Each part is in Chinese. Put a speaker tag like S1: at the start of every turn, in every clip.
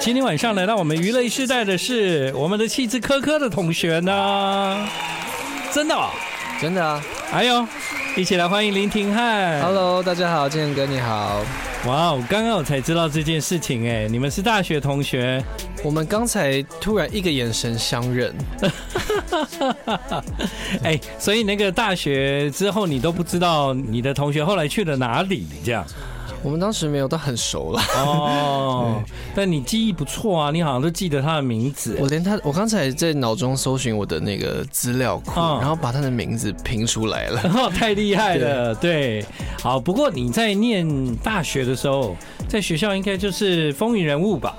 S1: 今天晚上来到我们娱乐时代的是我们的气质科科的同学呢，真的、哦，
S2: 真的啊
S1: 哎呦，一起来欢迎林廷汉。
S2: ！Hello，大家好，建哥你好。
S1: 哇哦，刚刚我才知道这件事情哎，你们是大学同学，
S2: 我们刚才突然一个眼神相认，
S1: 哎，所以那个大学之后你都不知道你的同学后来去了哪里这样
S2: 我们当时没有到很熟了，
S1: 哦。但你记忆不错啊，你好像都记得他的名字。
S2: 我连他，我刚才在脑中搜寻我的那个资料库，
S1: 嗯
S2: 然后把他的名字拼出来了。
S1: 哦，太厉害了，对，好。不过你在念大学的时候，在学校应该就是风云人物吧？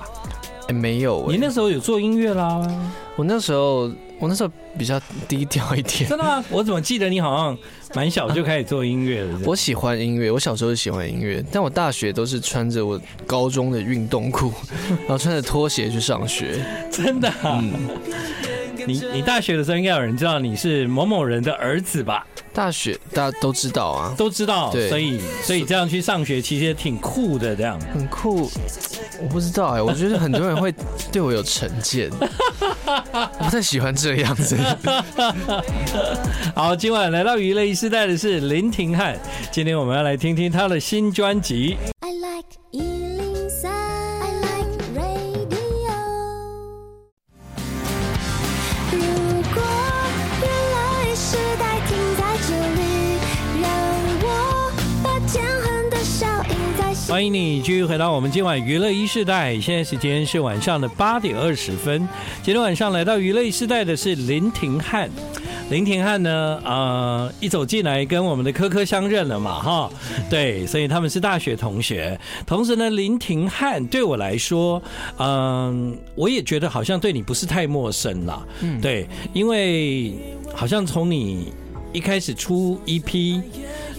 S2: 哎，没有
S1: 你
S2: 哎，
S1: 那时候有做音乐啦？
S2: 我那时候我那时候比较低调一点。
S1: 真的吗？ 我怎么记得你好像蛮小就开始做音乐的？
S2: 我喜欢音乐，我小时候就喜欢音乐，但我大学都是穿着我高中的运动裤，然后穿着拖鞋去上学。
S1: 真的、啊。 你你大学的时候应该有人知道你是某某人的儿子吧？
S2: 大学大家都知道啊，
S1: 都知道，
S2: 对
S1: 所以所以这样去上学其实也挺酷的，这样。
S2: 很酷。我不知道哎、我觉得很多人会对我有成见，我不太喜欢这样子。
S1: 好，今晚来到娱乐一时代的是林廷汉，今天我们要来听听他的新专辑。
S3: I like Ealing Sound. I like radio. 如果原来时代停在这里，让我把天恒的笑印在心。
S1: 欢迎你继续回到我们今晚娱乐一世代，现在时间是晚上的八点二十分。今天晚上来到娱乐一世代的是林廷汉，林廷汉呢，呃，一走进来跟我们的科科相认了嘛，哈，对，所以他们是大学同学。同时呢，林廷汉对我来说，嗯、我也觉得好像对你不是太陌生啦，嗯，对，因为好像从你一开始出 EP，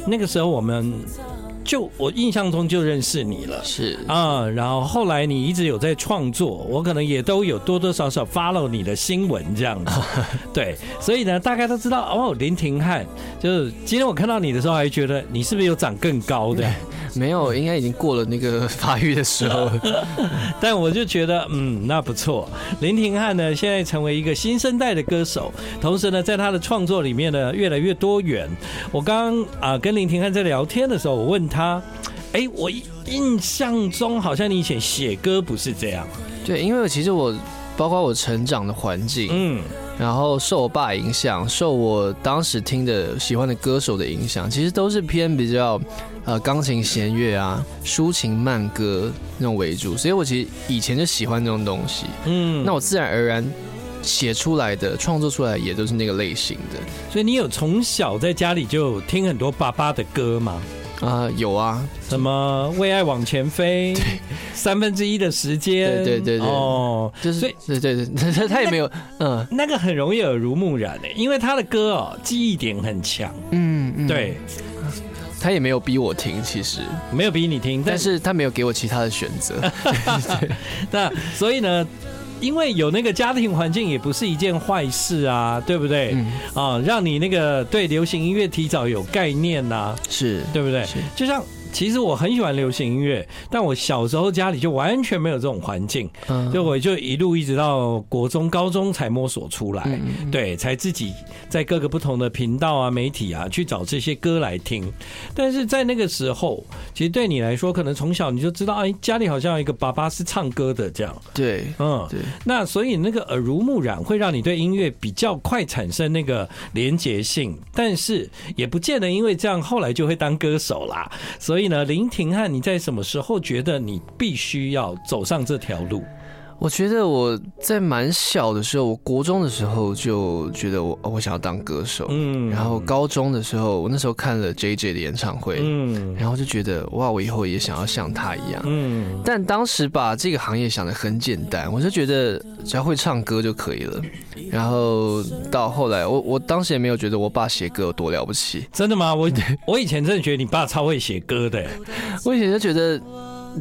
S1: 那个时候我们。就我印象中就认识你了。
S2: 是
S1: 啊、然后后来你一直有在创作，我可能也都有多多少少 follow 你的新闻这样子，对，所以呢，大概都知道哦，林廷汉，就是今天我看到你的时候，还觉得你是不是有长更高的？
S2: 没有，应该已经过了那个发育的时候了。
S1: 但我就觉得，嗯，那不错。林廷汉呢，现在成为一个新生代的歌手，同时呢，在他的创作里面呢，越来越多元。我刚刚啊、跟林廷汉在聊天的时候，我问他，哎，我印象中好像你以前写歌不是这样，
S2: 对，因为其实我包括我成长的环境，
S1: 嗯，
S2: 然后受我爸影响，受我当时听的喜欢的歌手的影响，其实都是偏比较呃钢琴弦乐啊、抒情慢歌那种为主，所以我其实以前就喜欢那种东西，
S1: 嗯，
S2: 那我自然而然写出来的、创作出来的也都是那个类型的
S1: 所以你有从小在家里就听很多爸爸的歌吗？
S2: 啊、有啊，
S1: 什么为爱往前飞，三分之一的时间，
S2: 对对对对
S1: 哦，
S2: 就是
S1: 所以
S2: 对对对，他他也没有，嗯
S1: 那个很容易耳濡目染的，欸因为他的歌哦，记忆点很强。
S2: 嗯嗯，，
S1: 对，
S2: 他也没有逼我听，其实，
S1: 没有比你听，但
S2: 但
S1: 是
S2: 是他没有给我其他的选择，
S1: 嗯那所以呢，因为有那个家庭环境也不是一件坏事啊，对不对？
S2: 嗯，
S1: 啊，让你那个对流行音乐提早有概念呐、
S2: 是，
S1: 对不对？
S2: 是
S1: 就像其实我很喜欢流行音乐，但我小时候家里就完全没有这种环境，
S2: 嗯
S1: 就我就一路一直到国中、高中才摸索出来，
S2: 嗯嗯
S1: 对，才自己在各个不同的频道啊、媒体啊去找这些歌来听。但是在那个时候，其实对你来说，可能从小你就知道，哎，家里好像有一个爸爸是唱歌的这样，
S2: 对
S1: 嗯，
S2: 对。
S1: 那所以那个耳濡目染会让你对音乐比较快产生那个连结性，但是也不见得因为这样后来就会当歌手啦。所以呢，林廷汉，你在什么时候觉得你必须要走上这条路？
S2: 我觉得我在蛮小的时候，我国中的时候就觉得我哦我想要当歌手，
S1: 嗯
S2: 然后高中的时候，我那时候看了 J J 的演唱会，
S1: 嗯
S2: 然后就觉得哇，我以后也想要像他一样。
S1: 嗯，
S2: 但当时把这个行业想得很简单，我就觉得只要会唱歌就可以了。然后到后来，我我当时也没有觉得我爸写歌有多了不起，嗯
S1: 真的吗？我我以前真的觉得你爸超会写歌的、
S2: 我以前就觉得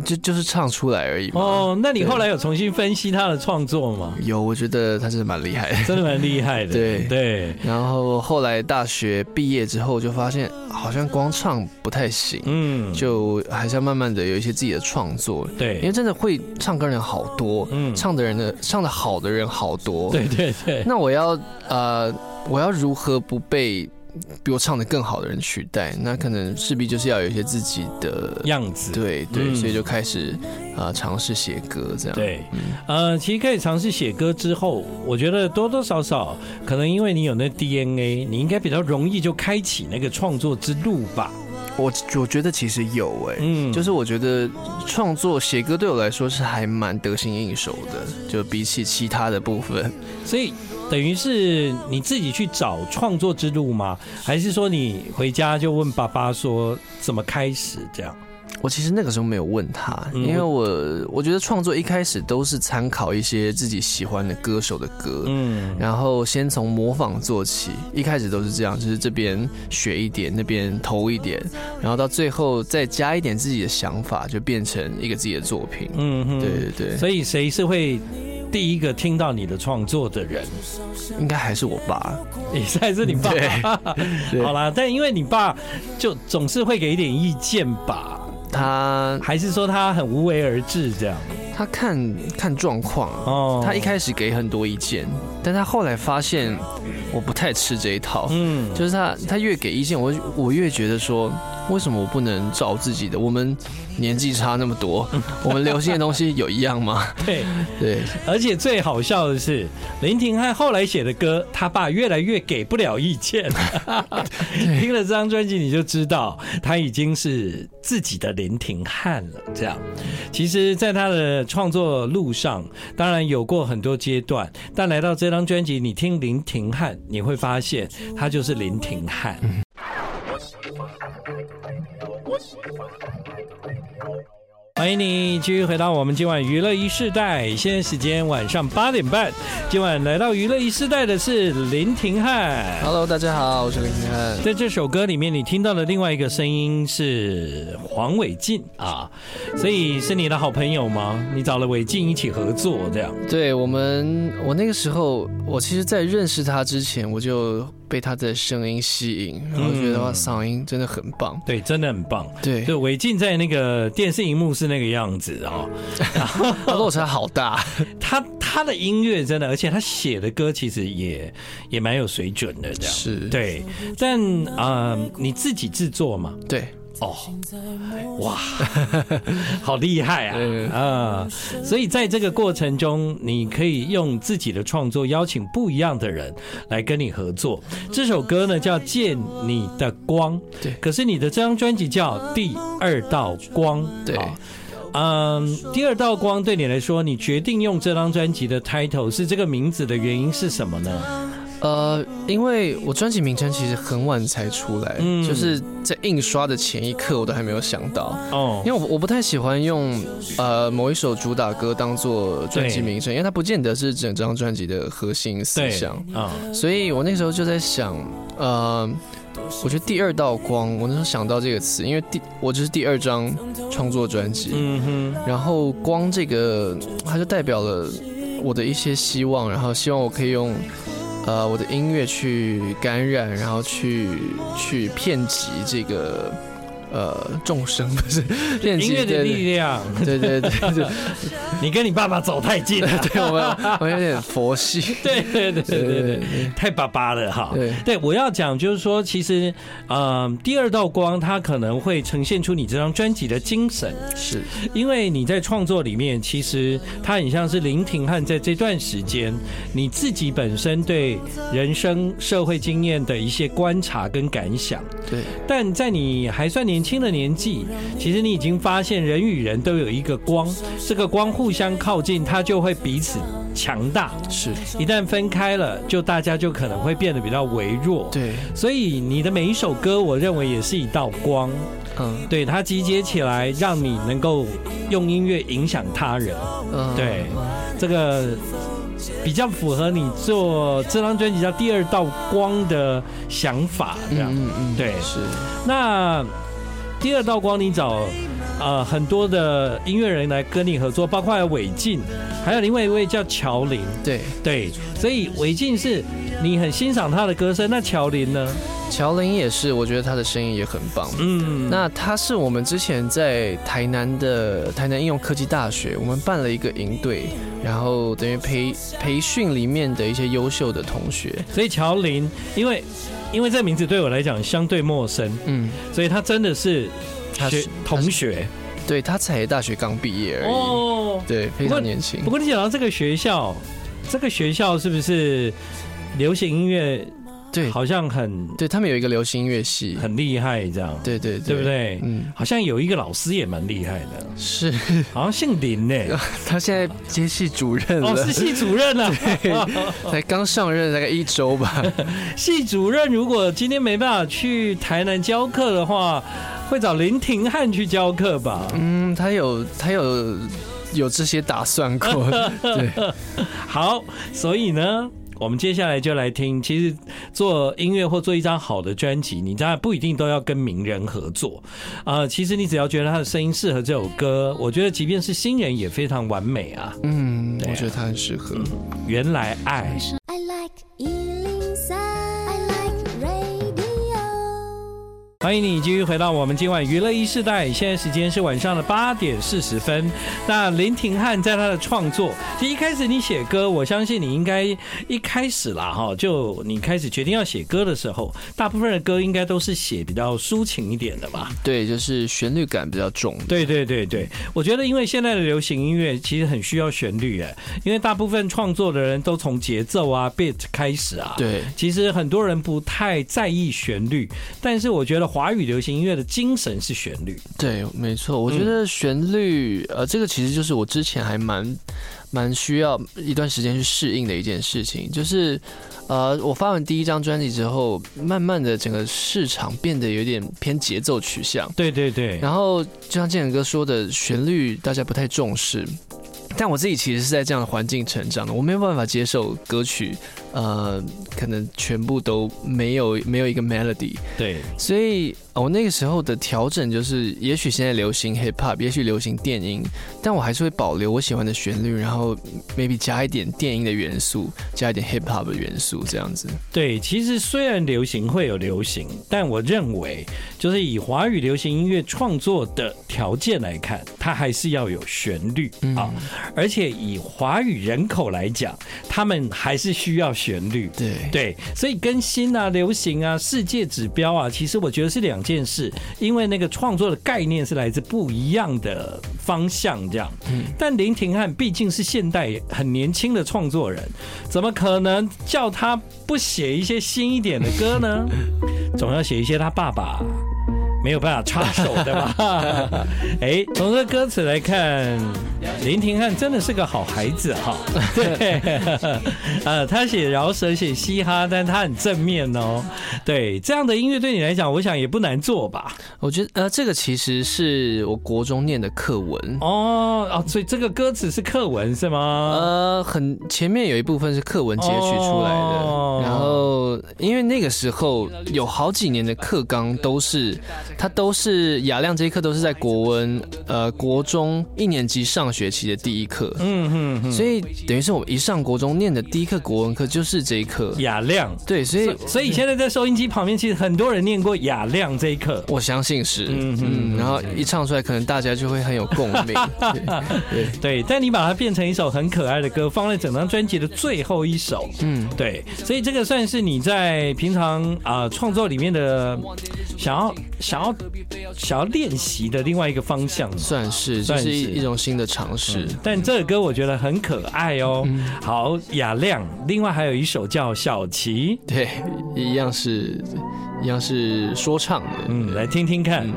S2: 就就是唱出来而已嘛。
S1: 哦，那你后来有重新分析他的创作吗？
S2: 有，我觉得他真的蛮厉害的。
S1: 真的蛮厉害的。
S2: 对
S1: 对，
S2: 然后后来大学毕业之后，就发现好像光唱不太行，
S1: 嗯，
S2: 就还是要慢慢的有一些自己的创作。因为
S1: 对，
S2: 真的会唱歌的人好多，
S1: 嗯
S2: 唱的人的唱的好的人好多。
S1: 对对对，
S2: 那我要呃，我要如何不被比我唱的更好的人取代？那可能势必就是要有一些自己的，
S1: 样子。
S2: 对对，
S1: 嗯
S2: 所以就开始啊、呃尝试写歌这样。
S1: 对
S2: 嗯，
S1: 呃，其实可以尝试写歌之后，我觉得多多少少可能因为你有那 DNA，你应该比较容易就开启那个创作之路吧。
S2: 我我觉得其实有哎、
S1: 嗯，
S2: 就是我觉得创作写歌对我来说是还蛮得心应手的，就比起其他的部分，
S1: 所以等于是你自己去找创作之路吗？还是说你回家就问爸爸说怎么开始这样？
S2: 我其实那个时候没有问他，
S1: 嗯
S2: 因为我我觉得创作一开始都是参考一些自己喜欢的歌手的歌，
S1: 嗯，
S2: 然后先从模仿做起，一开始都是这样，就是这边学一点，那边投一点，然后到最后再加一点自己的想法，就变成一个自己的作品。
S1: 嗯哼
S2: 对对对，
S1: 所以谁是会第一个听到你的创作的人？
S2: 应该还是我爸。
S1: 也还是你爸
S2: 对。对
S1: 好啦，但因为你爸就总是会给一点意见吧，
S2: 他
S1: 还是说他很无为而治这样？
S2: 他看看状况啊，
S1: 哦
S2: 他一开始给很多意见，但他后来发现我不太吃这一套，
S1: 嗯
S2: 就是他他越给意见，我我越觉得说，为什么我不能照自己的？我们年纪差那么多，
S1: 嗯
S2: 我们流行的东西有一样吗？
S1: 对，
S2: 对，
S1: 而且最好笑的是，林廷汉后来写的歌，他爸越来越给不了意见。听了这张专辑，你就知道他已经是自己的林廷汉了。这样，其实，在他的创作路上，当然有过很多阶段，但来到这张专辑，你听林廷汉，你会发现他就是林廷汉。欢迎你继续回到我们今晚娱乐一世代，现在时间晚上八点半。今晚来到娱乐一世代的是林廷汉。
S2: Hello，大家好，我是林平汉。
S1: 在这首歌里面，你听到的另外一个声音是黄伟晋啊，所以是你的好朋友吗？你找了伟晋一起合作这样？
S2: 对我们，我那个时候，我其实，在认识他之前，我就被他的声音吸引，然后觉得哇，
S1: 嗯
S2: 嗓音真的很棒。
S1: 对，真的很棒。
S2: 对，
S1: 对，伟晋在那个电视荧幕是那个样子哦，
S2: 他落差好大。
S1: 他他的音乐真的，而且他写的歌其实也也蛮有水准的这样。
S2: 是
S1: 对，但啊、呃你自己制作嘛？
S2: 对，
S1: 哦，哇， 好厉害
S2: 对
S1: 啊！啊、所以在这个过程中，你可以用自己的创作邀请不一样的人来跟你合作。这首歌呢叫《借你的光》，
S2: 对
S1: 可是你的这张专辑叫《第二道光》，
S2: 对
S1: 啊嗯，第二道光对你来说，你决定用这张专辑的 title 是这个名字的原因是什么呢？
S2: 呃，因为我专辑名称其实很晚才出来，
S1: 嗯
S2: 就是在印刷的前一刻，我都还没有想到。
S1: 哦
S2: 因为，我我不太喜欢用呃某一首主打歌当做专辑名称，因为它不见得是整张专辑的核心思
S1: 对，
S2: 想。
S1: 啊、
S2: 所以我那时候就在想，呃，我觉得第二道光，我那时候想到这个词，因为第我这是第二张创作专辑，
S1: 嗯哼，
S2: 然后光这个它就代表了我的一些希望，然后希望我可以用。呃，我的音乐去感染，然后去去遍及这个呃众生， 不是遍及
S1: 音乐的
S2: 对
S1: 力量，
S2: 对对对对对，
S1: 你跟你爸爸走太近了。
S2: 对我们我有点佛系，
S1: 对对对 对对对，太巴巴了哈。
S2: 对
S1: 对，我要讲就是说，其实，嗯、第二道光它可能会呈现出你这张专辑的精神，
S2: 是
S1: 因为你在创作里面，其实它很像是林廷汉在这段时间你自己本身对人生、社会经验的一些观察跟感想。
S2: 对
S1: 但在你还算年轻的年纪，其实你已经发现人与人都有一个光，这个光互相靠近，它就会彼此强大。
S2: 是，
S1: 一旦分开了，就大家就可能会变得比较微弱。，
S2: 对，
S1: 所以你的每一首歌，我认为也是一道光，
S2: 嗯
S1: 对它集结起来，让你能够用音乐影响他人。
S2: 嗯，
S1: 对
S2: 嗯
S1: 这个比较符合你做这张专辑叫《第二道光》的想法，这样。
S2: 嗯嗯嗯，
S1: 对
S2: 是
S1: 那第二道光，你找呃很多的音乐人来跟你合作，包括韦静，还有另外一位叫乔林。
S2: 对，
S1: 对，所以韦静是你很欣赏他的歌声，那乔林呢？
S2: 乔林也是，我觉得他的声音也很棒。
S1: 嗯，
S2: 那他是我们之前在台南的台南应用科技大学，我们办了一个营队，然后等于培培训里面的一些优秀的同学。
S1: 所以乔林，因为因为这名字对我来讲相对陌生，
S2: 嗯，
S1: 所以他真的是
S2: 他
S1: 学
S2: 是
S1: 同学
S2: 对他才大学刚毕业而已，
S1: 哦。
S2: 对，非常年轻
S1: 不。过你讲到这个学校，这个学校是不是流行音乐
S2: 对，
S1: 好像很
S2: 对他们有一个流行音乐系，
S1: 很厉害这样？
S2: 对对
S1: 对不？对？
S2: 嗯，
S1: 好像有一个老师也蛮厉害的，
S2: 是
S1: 好像姓林呢、
S2: 他现在接系主任
S1: 哦，
S2: 了
S1: 是，系主任 啊。
S2: 才刚上任大概一周吧。
S1: 系主任如果今天没办法去台南教课的话，会找林廷汉去教课吧？
S2: 嗯，他有他有有这些打算 过，对，
S1: 好，所以呢，我们接下来就来听。其实做音乐或做一张好的专辑，你当然不一定都要跟名人合作啊、呃其实你只要觉得他的声音适合这首歌，我觉得即便是新人也非常完美啊。
S2: 嗯，
S1: 对啊
S2: 我觉得他很适合。
S1: 原来爱，
S3: I like 103. I like radio.
S1: 欢迎你继续回到我们今晚娱乐一世代，现在时间是晚上的八点四十分。那林廷汉在他的创作，其实一开始你写歌，我相信你应该一开始啦哈，就你开始决定要写歌的时候，大部分的歌应该都是写比较抒情一点的吧？
S2: 对，就是旋律感比较重。
S1: 对对对对，我觉得因为现在的流行音乐其实很需要旋律哎，因为大部分创作的人都从节奏啊 beat 开始啊。。
S2: 对，
S1: 其实很多人不太在意旋律，但是我觉得华语流行音乐的精神是旋律。
S2: 对，没错。我觉得旋律，
S1: 嗯
S2: 呃，这个其实就是我之前还蛮蛮需要一段时间去适应的一件事情，就是。呃，我发完第一张专辑之后，慢慢的整个市场变得有点偏节奏取向，
S1: 对对对，
S2: 然后就像建仁哥说的，旋律大家不太重视，但我自己其实是在这样的环境成长的，我没有办法接受歌曲，呃，可能全部都没有没有一个 melody，
S1: 对
S2: 所以呃我那个时候的调整就是，也许现在流行 hip hop，也许流行电音，但我还是会保留我喜欢的旋律，然后 maybe 加一点电音的元素，加一点 hip hop 的元素，这样子。
S1: 对，其实虽然流行会有流行，但我认为就是以华语流行音乐创作的条件来看，它还是要有旋律啊、而且以华语人口来讲，他们还是需要旋律。
S2: 对
S1: 对，所以更新啊、流行啊、世界指标啊，其实我觉得是两件事，因为那个创作的概念是来自不一样的方向，这样。但林廷汉毕竟是现代很年轻的创作人，怎么可能叫他不写一些新一点的歌呢？总要写一些他爸爸。没有办法插手的吧？ 哎，从这歌词来看，林廷汉真的是个好孩子 哈。对，呃，他写饶舌，写嘻哈，但他很正面哦。对，这样的音乐对你来讲，我想也不难做吧？
S2: 我觉得呃，这个其实是我国中念的课文。
S1: 哦哦，所以这个歌词是课文是吗？
S2: 呃，很前面有一部分是课文截取出来的，
S1: 哦
S2: 然后因为那个时候有好几年的课纲都是，它都是雅量这一课都是在国文呃国中一年级上学期的第一课，
S1: 嗯哼
S2: 所以等于是我们一上国中念的第一课国文课就是这一课
S1: 哼，，嗯雅亮。
S2: 对，所以
S1: 所所以现在在收音机旁边，其实很多人念过雅亮这一课。
S2: 我相信是，
S1: 嗯
S2: 嗯，然后一唱出来，可能大家就会很有共 鸣，对，对
S1: 对，但你把它变成一首很可爱的歌，放在整张专辑的最后一首。
S2: 嗯。
S1: 对，所以这个算是你在平常啊创、作里面的想要想要想要练习的另外一个方向。
S2: 算是，就
S1: 算
S2: 是一
S1: 是嗯
S2: 一种新的尝试。
S1: 但这个歌我觉得很可爱哦。好，雅亮，另外还有一首叫《小琪》，
S2: 对，一样是，一样是说唱的。
S1: 嗯，来听听看。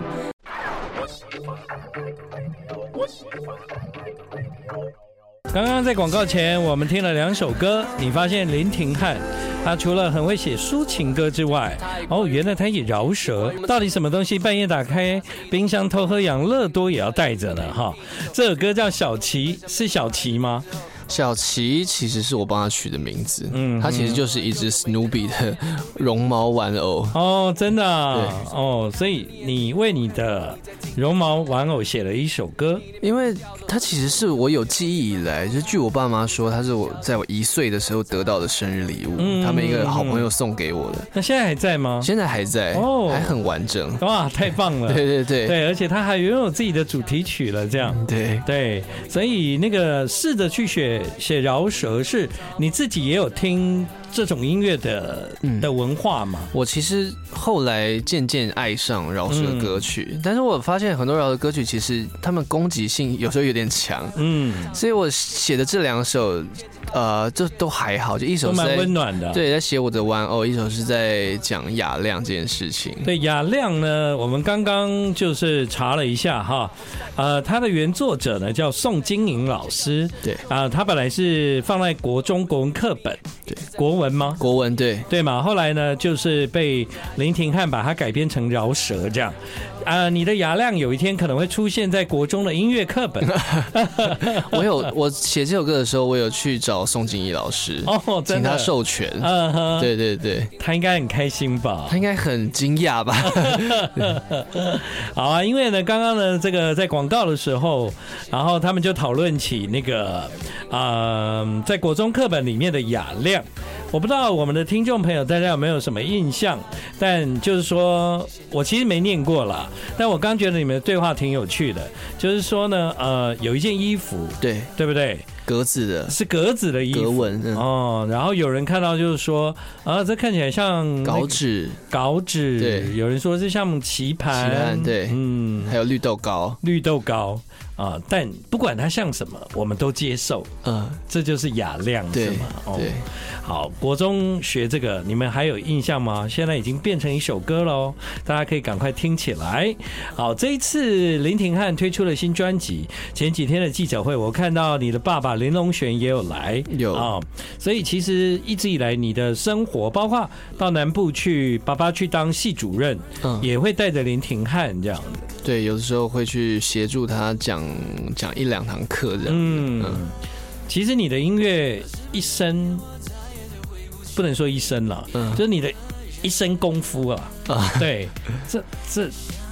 S1: 刚刚在广告前，我们听了两首歌，你发现林廷汉，他除了很会写抒情歌之外，哦，原来他也饶舌。到底什么东西半夜打开冰箱偷喝养乐多也要带着呢？哈，这首歌叫小琪，是小琪吗？
S2: 小琪其实是我帮他取的名字，
S1: 嗯
S2: 嗯，它其实就是一只史努比的绒毛玩偶，
S1: 哦，真的啊哦，所以你为你的绒毛玩偶写了一首歌，
S2: 因为它其实是我有记忆以来，就据我爸妈说，它是我在我一岁的时候得到的生日礼物，
S1: 嗯
S2: 他们一个好朋友送给我的，
S1: 那现在还在吗？
S2: 现在还在，
S1: 哦
S2: 还很完整。
S1: 哇，太棒了！
S2: 对对 对
S1: 对，而且他还拥有自己的主题曲了，这样。
S2: 对
S1: 对，所以那个试着去写写饶舌，是你自己也有听这种音乐的
S2: 嗯
S1: 的文化嘛？
S2: 我其实后来渐渐爱上饶舌歌曲，
S1: 嗯
S2: 但是我发现很多饶舌歌曲其实他们攻击性有时候有点强，
S1: 嗯，
S2: 所以我写的这两首，呃，就都还好，就一
S1: 都
S2: 首是
S1: 蛮
S2: 在
S1: 温暖的。
S2: 对在写我的玩偶，一首是在讲雅亮这件事情。
S1: 对雅亮呢，我们刚刚就是查了一下哈，呃，他的原作者呢叫宋金莹老师，
S2: 对
S1: 啊、他本来是放在国中国文课本，
S2: 对
S1: 国文吗？
S2: 国文对，
S1: 对嘛？后来呢，就是被林廷汉把它改编成饶舌这样，啊、你的雅亮有一天可能会出现在国中的音乐课本
S2: 我有我写这首歌的时候，我有去找宋敬义老师，
S1: 哦，真
S2: 请
S1: 的，
S2: 他授权。
S1: 嗯哼，
S2: 对对对，
S1: 他应该很开心吧
S2: 他？应该很惊 讶吧？
S1: 好啊，因为呢，刚刚呢，这个在广告的时候，然后他们就讨论起那个，嗯，在国中课本里面的雅量，我不知道我们的听众朋友大家有没有什么印象，但就是说我其实没念过啦，但我刚觉得你们的对话挺有趣的，就是说呢，呃，有一件衣服，
S2: 对，
S1: 对不对？
S2: 格子的
S1: 是格子的衣
S2: 格
S1: 服。
S2: 纹，嗯，
S1: 哦，然后有人看到就是说，啊，这看起来像那个
S2: 稿纸，
S1: 稿纸，
S2: 对
S1: 有人说是像棋盘，
S2: 棋盘对
S1: 嗯，
S2: 还有绿豆糕，
S1: 绿豆糕啊，但不管它像什么，我们都接受，
S2: 嗯，
S1: 这就是雅量，是
S2: 对
S1: 吗？
S2: 对，
S1: 好，国中学这个，你们还有印象吗？现在已经变成一首歌喽，大家可以赶快听起来。好，这一次林廷汉推出了新专辑，前几天的记者会，我看到你的爸爸林隆璇也有来，
S2: 有
S1: 啊、所以其实一直以来你的生活，包括到南部去，爸爸去当系主任，
S2: 嗯，
S1: 也会带着林廷汉这样。
S2: 对，有的时候会去协助他讲讲一两堂课这样。
S1: 嗯，其实你的音乐一生不能说一生了，
S2: 嗯
S1: 就是你的一身功夫啊。对，这这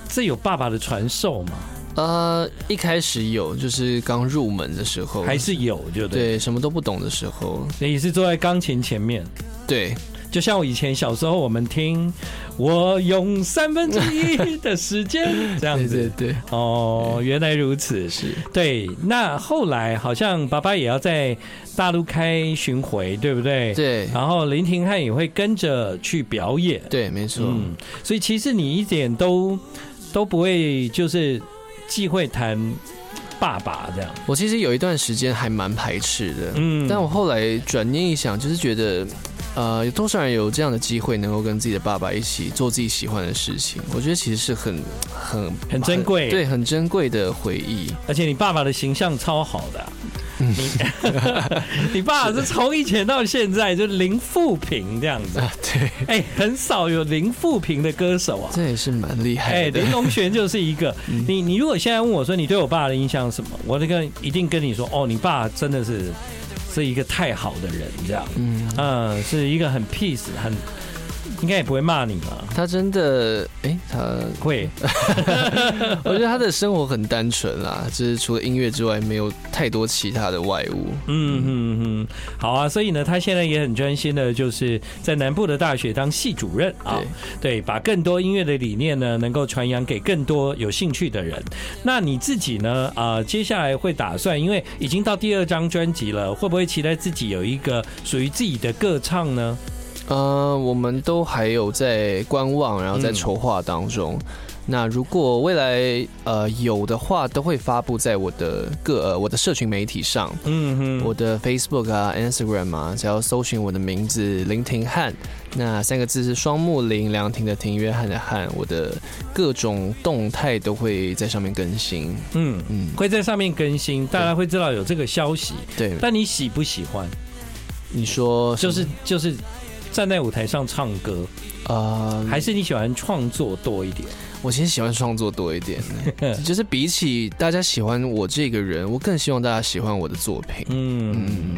S1: 这有爸爸的传授吗？
S2: 呃，一开始有，就是刚入门的时候，
S1: 还是有，就对。
S2: 对什么都不懂的时候，
S1: 你是坐在钢琴前面，
S2: 对，
S1: 就像我以前小时候，我们听我用三分之一的时 间这样
S2: 对
S1: 子。
S2: 对对，
S1: 哦，原来如此。
S2: 是，
S1: 对，那后来好像爸爸也要在大陆开巡回，对不对？
S2: 对
S1: 然后林廷汉也会跟着去表演。
S2: 对，没错，
S1: 嗯，所以其实你一点都都不会就是忌讳谈爸爸这样。
S2: 我其实有一段时间还蛮排斥的，
S1: 嗯
S2: 但我后来转念一想，就是觉得，呃，有多少人有这样的机会能够跟自己的爸爸一起做自己喜欢的事情？我觉得其实是很很
S1: 很珍贵
S2: 对，很珍贵的回忆。
S1: 而且你爸爸的形象超好的啊、你 你爸爸是从以前到现在就零负评这样子，
S2: 啊，对，
S1: 哎、很少有零负评的歌手啊。
S2: 这也是蛮厉
S1: 哎，
S2: 害的。
S1: 林隆璇就是一个。你你如果现在问我说你对我爸的印象是什么，我那个一定跟你说哦，你爸真的是是一个太好的人，这样，
S2: 嗯，
S1: 嗯，是一个很 peace，很应该也不会骂你吧？
S2: 他真的，哎、他，
S1: 会，
S2: 我觉得他的生活很单纯啦，就是除了音乐之外，没有太多其他的外物。
S1: 嗯嗯嗯，好啊。所以呢，他现在也很专心的，就是在南部的大学当系主任啊，对，把更多音乐的理念呢，能够传扬给更多有兴趣的人。那你自己呢？啊、接下来会打算，因为已经到第二张专辑了，会不会期待自己有一个属于自己的歌唱呢？
S2: 呃，我们都还有在观望，然后在
S1: 嗯
S2: 筹划当中。那如果未来呃有的话，都会发布在我的各呃我的社群媒体上，
S1: 嗯
S2: 我的 Facebook 啊、Instagram 啊，只要搜寻我的名字林廷汉，那三个字是双木林凉亭的庭，约翰的汉，我的各种动态都会在上面更新。
S1: 嗯，
S2: 嗯，
S1: 会在上面更新，大家会知道有这个消息。
S2: 对，
S1: 但你喜不喜欢？
S2: 你说什
S1: 就
S2: 么
S1: 是就是。站在舞台上唱歌，
S2: 呃，
S1: 嗯还是你喜欢创作多一点？
S2: 我其实喜欢创作多一点，就是比起大家喜欢我这个人，我更希望大家喜欢我的作品。
S1: 嗯，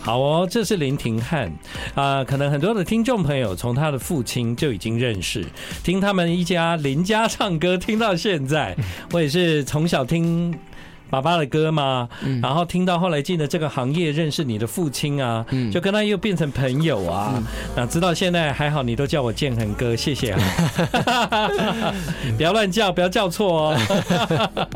S1: 好哦，这是林廷汉啊、可能很多的听众朋友从他的父亲就已经认识，听他们一家林家唱歌听到现在，我也是从小听。爸爸的歌嘛，然后听到后来进了这个行业，认识你的父亲啊，就跟他又变成朋友啊。那直到现在还好，你都叫我建 恒哥，谢谢啊！不要乱叫，不要叫错哦。